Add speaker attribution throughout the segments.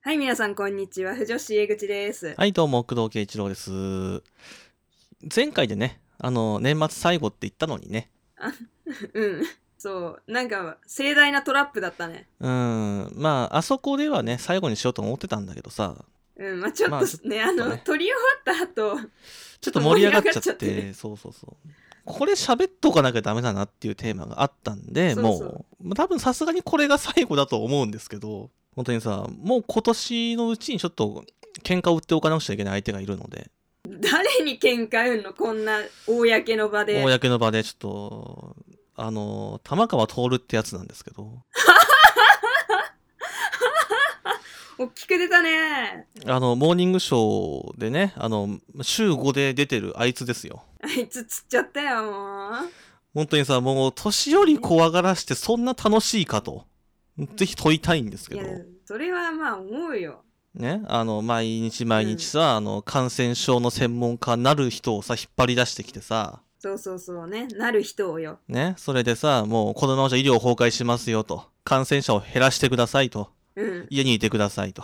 Speaker 1: はい、皆さん、こんにちは。不女子江口です。
Speaker 2: はい、どうも、工藤圭一郎です。前回でね、あの、年末最後って言ったのにね、
Speaker 1: うん。そう。なんか、盛大なトラップだったね。
Speaker 2: うーん、まあ、あそこではね、最後にしようと思ってたんだけどさ、
Speaker 1: うん。まあ、ちょっ
Speaker 2: まあちょっ
Speaker 1: とね、あ、
Speaker 2: ちょっと
Speaker 1: の、
Speaker 2: ね
Speaker 1: 撮り終わった後、
Speaker 2: ちょっと盛り上がっちゃ
Speaker 1: 盛り上がっ
Speaker 2: っ
Speaker 1: ちゃ
Speaker 2: て、
Speaker 1: ってね
Speaker 2: そうそうそう。これ喋っとかなきゃダメだなっていうテーマがあったんで、
Speaker 1: そうそう
Speaker 2: もう、多分さすがにこれが最後だと思うんですけど、本当にさ、もう今年のうちにちょっと喧嘩を売っておかなくちゃいけない相手がいるので、
Speaker 1: 誰に喧嘩売んのこんな公の場で。
Speaker 2: 公の場でちょっと、あの、玉川徹ってやつなんですけど、
Speaker 1: 大きく出たね。
Speaker 2: あの、モーニングショーでね、あの、週5で出てるあいつですよ。
Speaker 1: あいつ釣っちゃったよ、もう。
Speaker 2: 本当にさ、もう、年寄り怖がらしてそんな楽しいかと。ぜひ問いたいんです
Speaker 1: い
Speaker 2: け
Speaker 1: や
Speaker 2: ど。、
Speaker 1: それはまあ、思うよ。
Speaker 2: ね。あの、毎日毎日さ、あの、感染症の専門家なる人をさ、引っ張り出してきてさ、
Speaker 1: そうそうそうね。なる人をよ。
Speaker 2: ね。それでさ、もう、このままじゃ医療崩壊しますよと。感染者を減らしてくださいと。
Speaker 1: うん。
Speaker 2: 家にいてくださいと。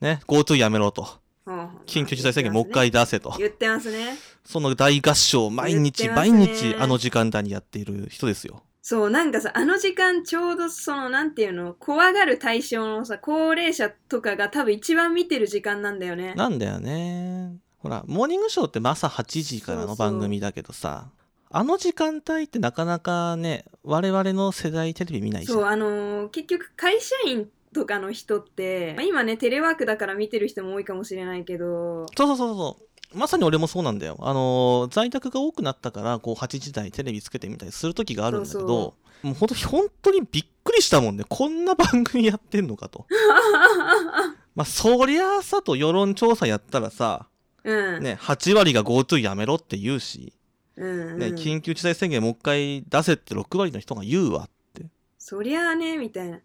Speaker 2: ね。GoTo やめろと。
Speaker 1: ほうほう
Speaker 2: 緊急事態宣言もう一。回出せと。
Speaker 1: 言ってますね。
Speaker 2: その大合唱を毎日
Speaker 1: 言ってます
Speaker 2: 毎
Speaker 1: ね
Speaker 2: 日あの時間帯にやっている人ですよ。
Speaker 1: そうなんかさあの時間ちょうどそのなんていうの怖がる対象のさ高齢者とかが多分一番見てる時間なんだよね
Speaker 2: なんだよね。ほら、モーニングショーって朝8時からの番組だけどさ、あの時間帯ってなかなかね、我々の世代テレビ見ないじゃ
Speaker 1: そ
Speaker 2: ん。
Speaker 1: うあのー結局会社員とかの人ってまあ今ねテレワークだから見てる人も多いかもしれないけど
Speaker 2: そうそうそうそう。まさに俺もそうなんだよ。あのー在宅が多くなったから、こう8時台テレビつけてみたりする時があるんだけど、
Speaker 1: そうそ
Speaker 2: もうほんと本当にびっくりしたもんね。こんな番組やってんのか と。まあ、そりゃあさと世論調査やったらさ、
Speaker 1: うん、
Speaker 2: ね、8割が GoTo やめろって言うし、
Speaker 1: うんうん
Speaker 2: ね、緊急事態宣言もう一回出せって6割の人が言うわって。
Speaker 1: そりゃあねみたいな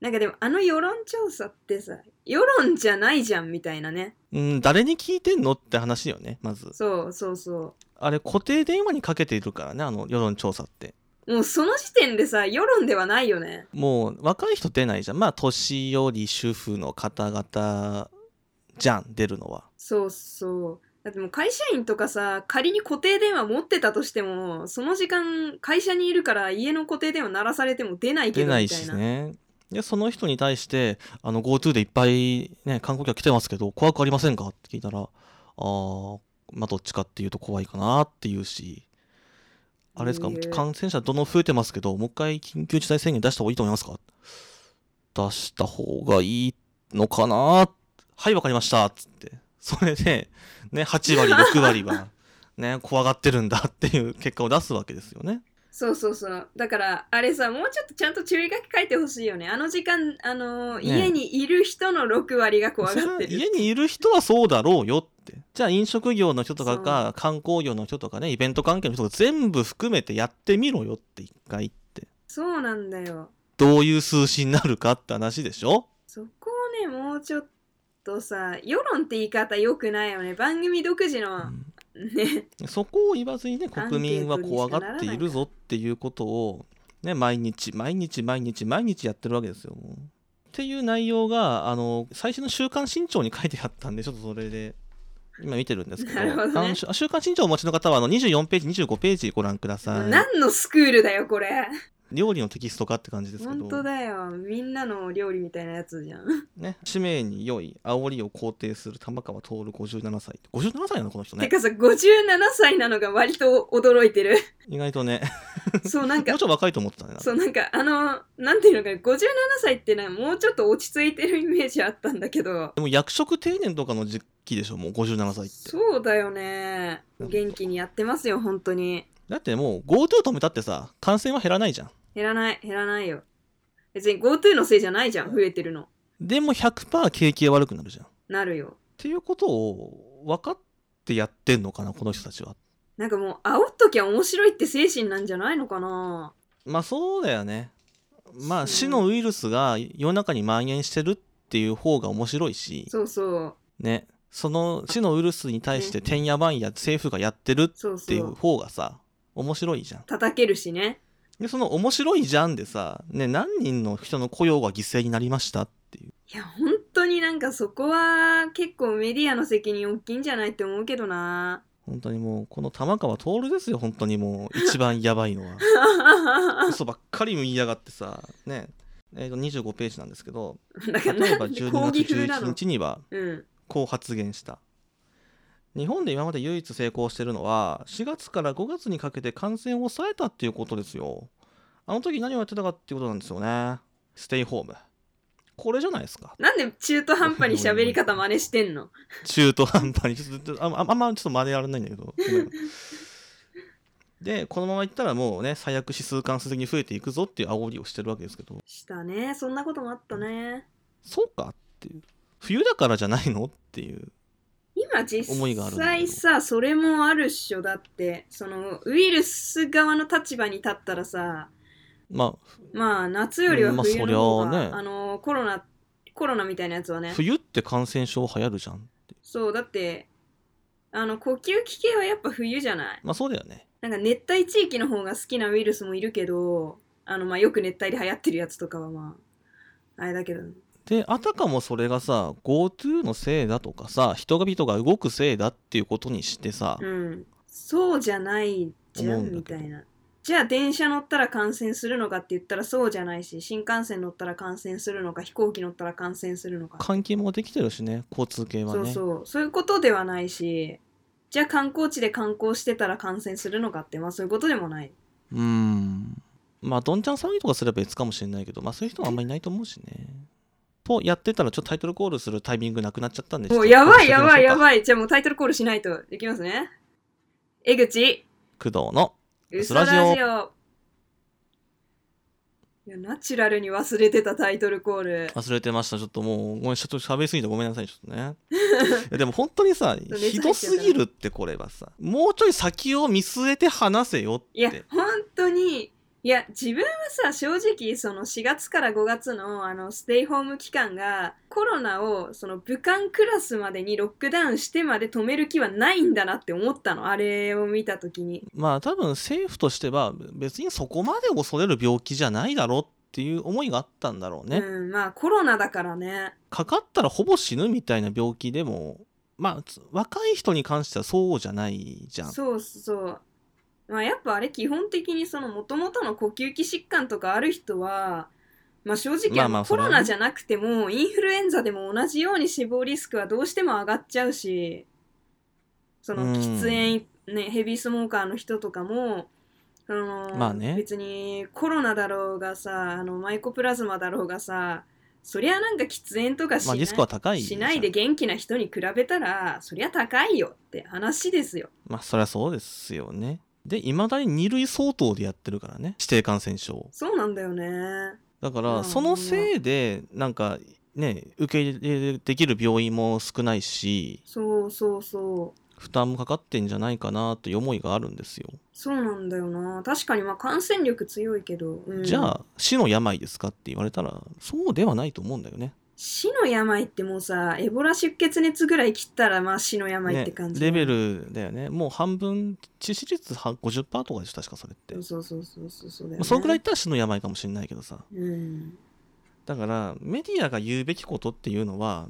Speaker 1: なんかでもあの世論調査ってさ世論じゃないじゃんみたいなね
Speaker 2: うん、誰に聞いてんのって話よね、まず。
Speaker 1: そうそうそ
Speaker 2: あれ、固定電話にかけているからね、あの世論調査って。
Speaker 1: うもうその時点でさ世論ではないよね
Speaker 2: もう、若い人出ないじゃん。まあ、年寄り主婦の方々じゃん、出るのは。
Speaker 1: そうそう。だってもう会社員とかさ、仮に固定電話持ってたとしても、その時間会社にいるから家の固定電話鳴らされても出ないけ
Speaker 2: 出
Speaker 1: ど
Speaker 2: ない
Speaker 1: みたい
Speaker 2: し
Speaker 1: な。
Speaker 2: ね。で、その人に対して、あの、GoTo でいっぱいね、観光客来てますけど、怖くありませんかって聞いたら、あー、まあ、どっちかっていうと怖いかなっていうし、あれですか、
Speaker 1: いいえ
Speaker 2: 感染者どんどん増えてますけど、もう一回緊急事態宣言出した方がいいと思いますか出した方がいいのかなはい、わかりましたっつって。それで、ね、8割、6 割は、ね、怖がってるんだっていう結果を出すわけですよね。
Speaker 1: そうそうそう。だから、あれさ、もうちょっとちゃんと注意書き書いてほしいよね。あの時間、あのー
Speaker 2: ね
Speaker 1: 家にいる人の6割が怖
Speaker 2: それ
Speaker 1: がっ
Speaker 2: は
Speaker 1: てる。
Speaker 2: 家にいる人はそうだろうよってじゃあ飲食業の人とかが観光業の人とかねイベント関係の人とか全部含めてやってみろよって一回って
Speaker 1: そうなんだよ。
Speaker 2: どういう数字になるかって話でしょ
Speaker 1: そこをね、もうちょっとさ、世論って言い方良くないよね。番組独自の、ね。
Speaker 2: そこを言わずにね
Speaker 1: アンケート
Speaker 2: 国民は怖がっているぞっていうことをね毎日毎日毎日毎日やってるわけですよもうっていう内容があの最新の「週刊新潮」に書いてあったんでちょっとそれで今見てるんですけど
Speaker 1: なるほどね
Speaker 2: あのし週刊新潮をお持ちの方はあの24ページ25ページご覧ください
Speaker 1: 何のスクールだよ、これ。
Speaker 2: 料理のテキスト化って感じですけ
Speaker 1: 本
Speaker 2: ど
Speaker 1: 当だよみんなの料理みたいなやつじゃん
Speaker 2: ね使命に良い煽りを肯定する玉川徹57歳57歳なのこの 人
Speaker 1: て
Speaker 2: ね
Speaker 1: かさ57歳なのが割と驚いて る
Speaker 2: 意外とね
Speaker 1: そうなん
Speaker 2: も
Speaker 1: か
Speaker 2: うちょい若いと思ってたね
Speaker 1: そうなんかあのなんていうのかな57歳ってねもうちょっと落ち着いてるイメージあったんだけど
Speaker 2: でも役職定年とかの時期でしょもう57歳って
Speaker 1: そうだよね元気にやってますよ本当に
Speaker 2: だってもう GoTo 止めたってさ感染は減らないじゃん
Speaker 1: 減らない減らないよ別に GoTo のせいじゃないじゃん増えてるの
Speaker 2: でも100%景気が悪くなるじゃんっ
Speaker 1: なるよ
Speaker 2: ていうことを分かってやってんのかなこの人たちは
Speaker 1: なんかもう煽っときゃ面白いって精神なんじゃないのかな
Speaker 2: まあそうだよねま
Speaker 1: そう
Speaker 2: あ死のウイルスが世の中に蔓延してるっていう方が面白いし
Speaker 1: そうそう
Speaker 2: ねその死のウイルスに対しててんやわんや政府がやってるっ
Speaker 1: そうそ
Speaker 2: ていう
Speaker 1: う
Speaker 2: 方がさ面白いじゃん
Speaker 1: 叩けるしね
Speaker 2: でその面白いじゃんでさね何人の人の雇用が犠牲になりましたっっていう。
Speaker 1: いや、本当になんかそこは結構メディアの責任大きいんじゃないって思うけどな。
Speaker 2: 本当にもう、この玉川徹ですよ、本当にもう、一番やばいの は。嘘ばっかり言いやがってさ、ね。えー、と25ページなんですけど
Speaker 1: だか
Speaker 2: 例
Speaker 1: らなん
Speaker 2: え
Speaker 1: で
Speaker 2: ば
Speaker 1: 抗
Speaker 2: 12
Speaker 1: 議
Speaker 2: 月
Speaker 1: 風な
Speaker 2: 11
Speaker 1: の。
Speaker 2: 日には
Speaker 1: うん。
Speaker 2: こう発言した日本で今まで唯一成功してるのは4月から5月にかけて感染を抑えたっていうことですよあの時何をやってたかっていうことなんですよねステイホームこれじゃないですか
Speaker 1: なんで中途半端に喋り方真似してんの
Speaker 2: 中途半端にちょっとあああんまちょっと真似られないんだけどご めんでこのままいったらもうね最悪指数関数的に増えていくぞっていう煽りをしてるわけですけど
Speaker 1: したね。そんなこともあったね。
Speaker 2: そうかっていう冬だからじゃないのっていう
Speaker 1: 今
Speaker 2: 思いがあ
Speaker 1: 実
Speaker 2: るんだ
Speaker 1: 際
Speaker 2: けど
Speaker 1: さ、それもあるっしょ。だって、そのウイルス側の立場に立ったらさ、
Speaker 2: ま
Speaker 1: まあ夏よりは
Speaker 2: うんまあ
Speaker 1: 冬の方が、
Speaker 2: そりゃあね
Speaker 1: あのコロナ、コロナみたいなやつは
Speaker 2: あ
Speaker 1: ね。
Speaker 2: 冬って感染症流行るじゃんって
Speaker 1: そう、だって、あの呼吸器系はやっぱ冬じゃない
Speaker 2: まあそうだよね
Speaker 1: なんか熱帯地域の方が好きなウイルスもいるけど、あのまあよく熱帯で流行ってるやつとかはまあ、あれだけど、
Speaker 2: であたかもそれがさ GoTo のせいだとかさ人が人が動くせいだっていうことにしてさ、
Speaker 1: うん。そうじゃないじゃ
Speaker 2: 思うん
Speaker 1: ん
Speaker 2: だ
Speaker 1: み
Speaker 2: け
Speaker 1: た
Speaker 2: ど
Speaker 1: いな。じゃあ電車乗ったら感染するのかって言ったらそうじゃないし、新幹線乗ったら感染するのか、飛行機乗ったら感染するのか。
Speaker 2: 換気もできてるしね交通系は
Speaker 1: そう
Speaker 2: ね
Speaker 1: そう、そういうことではないし、じゃあ観光地で観光してたら感染するのかって、まあそういうことでもない。
Speaker 2: うーんまあどんちゃん騒ぎとかすれば別かもしれないけどまあそういう人はあんまりいないと思うしねとやってたらちょっとタイトルコールするタイミングなくなっちゃったんで
Speaker 1: もうやばい
Speaker 2: ち
Speaker 1: や
Speaker 2: ょっと
Speaker 1: ばいや
Speaker 2: い
Speaker 1: ばい。じゃあもうタイトルコールしないと。いきますね。江口。
Speaker 2: 工藤の
Speaker 1: 嘘
Speaker 2: ラ
Speaker 1: ラ
Speaker 2: ジ
Speaker 1: ジ
Speaker 2: オ
Speaker 1: オいやナチュラルに忘れてたタイトルコール
Speaker 2: 忘れてましたちょっともうごめんちょっと喋りすぎてごめんなさいちょっとねいやでも本当にさ
Speaker 1: 熱入っちゃったね
Speaker 2: ひどすぎるってこれはさもうちょい先を見据えて話せよっ
Speaker 1: いや
Speaker 2: て
Speaker 1: 本当にいや自分はさ正直その4月から5月のあのステイホーム期間がコロナをその武漢クラスまでにロックダウンしてまで止める気はないんだなって思ったのあれを見た時に
Speaker 2: まあ多分政府としては別にそこまで恐れる病気じゃないだろうっていう思いがあったんだろうね、
Speaker 1: うんまあコロナだからね
Speaker 2: かかったらほぼ死ぬみたいな病気でもまあつ若い人に関してはそうじゃないじゃん
Speaker 1: そうそうまあやっぱあれ基本的にその元々の呼吸器疾患とかある人はまあ正直
Speaker 2: まあ
Speaker 1: あ
Speaker 2: まあ
Speaker 1: の
Speaker 2: そ
Speaker 1: コ
Speaker 2: れは
Speaker 1: ロ
Speaker 2: ね
Speaker 1: ナじゃなくてもインフルエンザでも同じように死亡リスクはどうしても上がっちゃうしその
Speaker 2: うん
Speaker 1: 喫煙、ね、ヘビースモーカーの人とかもあの
Speaker 2: まあね
Speaker 1: 別にコロナだろうがさあのマイコプラズマだろうがさそりゃなんか喫煙とかし
Speaker 2: まあ
Speaker 1: ない,、
Speaker 2: リスクは高いじ
Speaker 1: し
Speaker 2: ゃん
Speaker 1: ないで元気な人に比べたらそりゃ高いよって話ですよ。
Speaker 2: まあそりゃそうですよねでいまだに二類相当でやってるからね指定感染症
Speaker 1: そうなんだよね。
Speaker 2: だ
Speaker 1: ま
Speaker 2: から
Speaker 1: あ
Speaker 2: そのせいでなんかね受け入れできる病院も少ないし
Speaker 1: そうそうそう。
Speaker 2: 負担もかかってんじゃないかなという思いがあるんですよ、
Speaker 1: そうなんだよな。確かにまあ感染力強いけど。うん
Speaker 2: じゃあ死の病ですかって言われたらそうではないと思うんだよね
Speaker 1: 死の病ってもうさ、エボラ出血熱ぐらい切ったらまあ死の病って
Speaker 2: ね
Speaker 1: 感じ、
Speaker 2: レベルだよねもう半分致死率は50%とかでしょ確かそれって、
Speaker 1: そうそ
Speaker 2: ま
Speaker 1: うそうそうそうそうだよ、
Speaker 2: あ
Speaker 1: ね。
Speaker 2: そのくらいいっ。たら死の病かもしれないけどさ
Speaker 1: うん。
Speaker 2: だからメディアが言うべきことっていうのは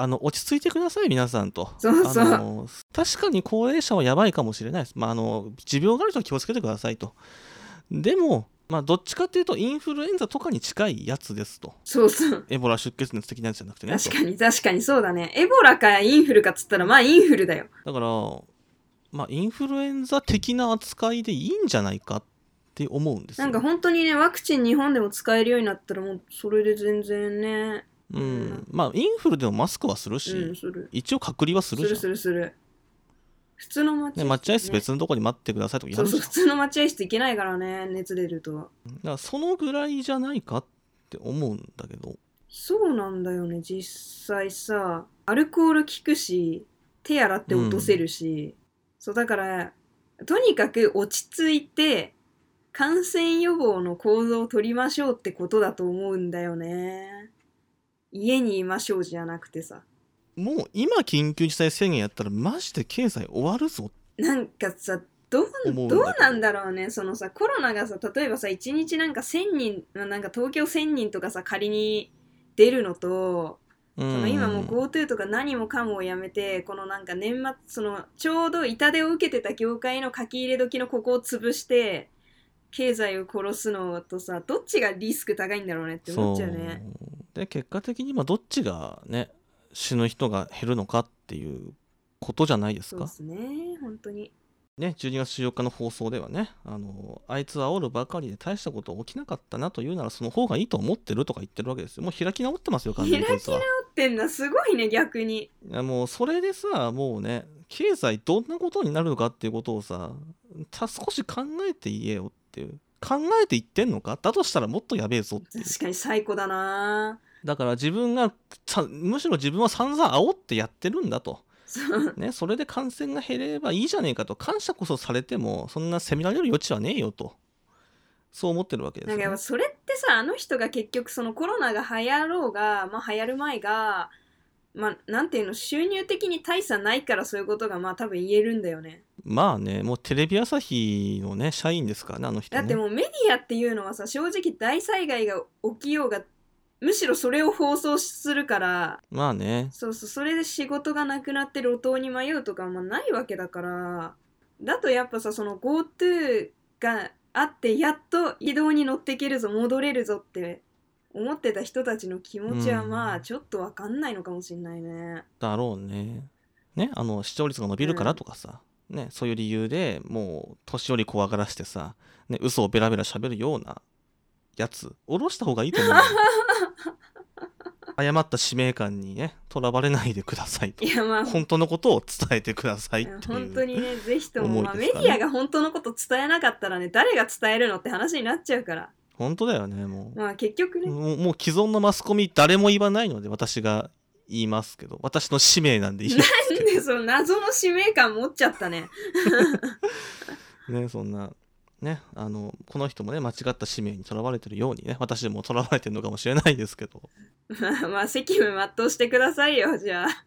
Speaker 2: あの落ち着いてください皆さんと
Speaker 1: そうそう
Speaker 2: あの確かに高齢者はやばいかもしれないです、まあ、あの持病がある人は気をつけてくださいとでも、まあ、どっちかっていうとインフルエンザとかに近いやつですと
Speaker 1: そうそう。
Speaker 2: エボラ出血熱的なやつじゃなくてね
Speaker 1: 確かに確かにそうだね。エボラかインフルかっつったらまあインフルだよ。
Speaker 2: とだから、まあ、インフルエンザ的な扱いでいいんじゃないかって思うんですよ
Speaker 1: なんか本当にね、ワクチン日本でも使えるようになったらもうそれで全然ね。
Speaker 2: うんまあ、インフルでもマスクはするし、
Speaker 1: うん、する。
Speaker 2: 一応隔離はす
Speaker 1: す
Speaker 2: るじゃ
Speaker 1: る
Speaker 2: ん
Speaker 1: するする。普通の待
Speaker 2: ね、待合室別のとこに待ってくださいとかや
Speaker 1: そ
Speaker 2: る
Speaker 1: う
Speaker 2: じゃん
Speaker 1: そう普通の待合室行けないからね熱出ると
Speaker 2: だからそのぐらいじゃないかって思うんだけど
Speaker 1: そうなんだよね実際さアルコール効くし手洗って落とせるし、そうだからとにかく落ち着いて感染予防の行動を取りましょうってことだと思うんだよね家にいましょうじゃなくてさ
Speaker 2: もう今緊急事態宣言やったらマジで経済終わるぞ
Speaker 1: なんかさどう
Speaker 2: 思うんだけど
Speaker 1: どうなんだろうねそのさコロナがさ例えばさ1日なんか1,000人まあなんか東京1,000人とかさ仮に出るのと、
Speaker 2: うん
Speaker 1: その今もう GoTo とか何もかもをやめてこのなんか年末そのちょうど痛手を受けてた業界の書き入れ時のここを潰して経済を殺すのとさどっちがリスク高いんだろうねって思っちゃうね。
Speaker 2: そうで結果的にまあどっちがね死ぬ人が減るのかっていうことじゃないです
Speaker 1: そうで
Speaker 2: か。
Speaker 1: すね本当に。
Speaker 2: ね、12月14日の放送ではねあのあいつ煽るばかりで大したこと起きなかったなというならその方がいいと思ってるとか言ってるわけですよもう開き直ってますよ完全にこいつは
Speaker 1: 思ってんなすごいね逆に。
Speaker 2: いやもうそれでさもうね経済どんなことになるのかっていうことをさた少し考えて言えよっていう考えて言ってんのかだとしたらもっとやべえぞっていう
Speaker 1: 確かに最高だな
Speaker 2: だから自分がさむしろ自分は散々煽ってやってるんだと、
Speaker 1: そう
Speaker 2: ね、それで感染が減ればいいじゃねえかと感謝こそされてもそんな責められる余地はねえよとそう思ってるわけです
Speaker 1: なんか
Speaker 2: よ、ね
Speaker 1: やっぱそれってさあの人が結局そのコロナが流行ろうが、まあ、流行る前が、まあ、なんていうの収入的に大差ないからそういうことがまあ多分言えるんだよね
Speaker 2: まあねもうテレビ朝日のね社員ですからねあの人
Speaker 1: だ
Speaker 2: ね
Speaker 1: ってもうメディアっていうのはさ正直大災害が起きようがむしろそれを放送するから
Speaker 2: まあね
Speaker 1: そうそうそれで仕事がなくなって路頭に迷うとかもないわけだからだとやっぱさその GoTo があってやっと移動に乗っていけるぞ戻れるぞって思ってた人たちの気持ちは
Speaker 2: うん
Speaker 1: まあちょっとわかんないのかもしんないね、
Speaker 2: だろうねねあの視聴率が伸びるからとかさ、ね、そういう理由でもう年寄り怖がらしてさ、ね、嘘をベラベラ喋るようなやつ下ろした方がいいと 思うよ誤った使命感にねとらわれないでくださいと
Speaker 1: いやまあ
Speaker 2: 本当のことを伝えてくださいっていう
Speaker 1: 本当にねぜひとも、
Speaker 2: 思い
Speaker 1: まあ、
Speaker 2: で
Speaker 1: メ
Speaker 2: す
Speaker 1: デ
Speaker 2: かね
Speaker 1: ィアが本当のこと伝えなかったらね誰が伝えるのって話になっちゃうから
Speaker 2: 本当だよねもう
Speaker 1: まあ結局ね、
Speaker 2: もうもう既存のマスコミ誰も言わないので私が言いますけど私の使命なんでいいですけ
Speaker 1: な
Speaker 2: ど
Speaker 1: ん でその謎の使命感持っちゃったね
Speaker 2: ねそんなねあのこの人もね間違った使命にとらわれてるようにね私でもとらわれてるのかもしれないですけど
Speaker 1: まあまあ責務全うしてくださいよじゃあ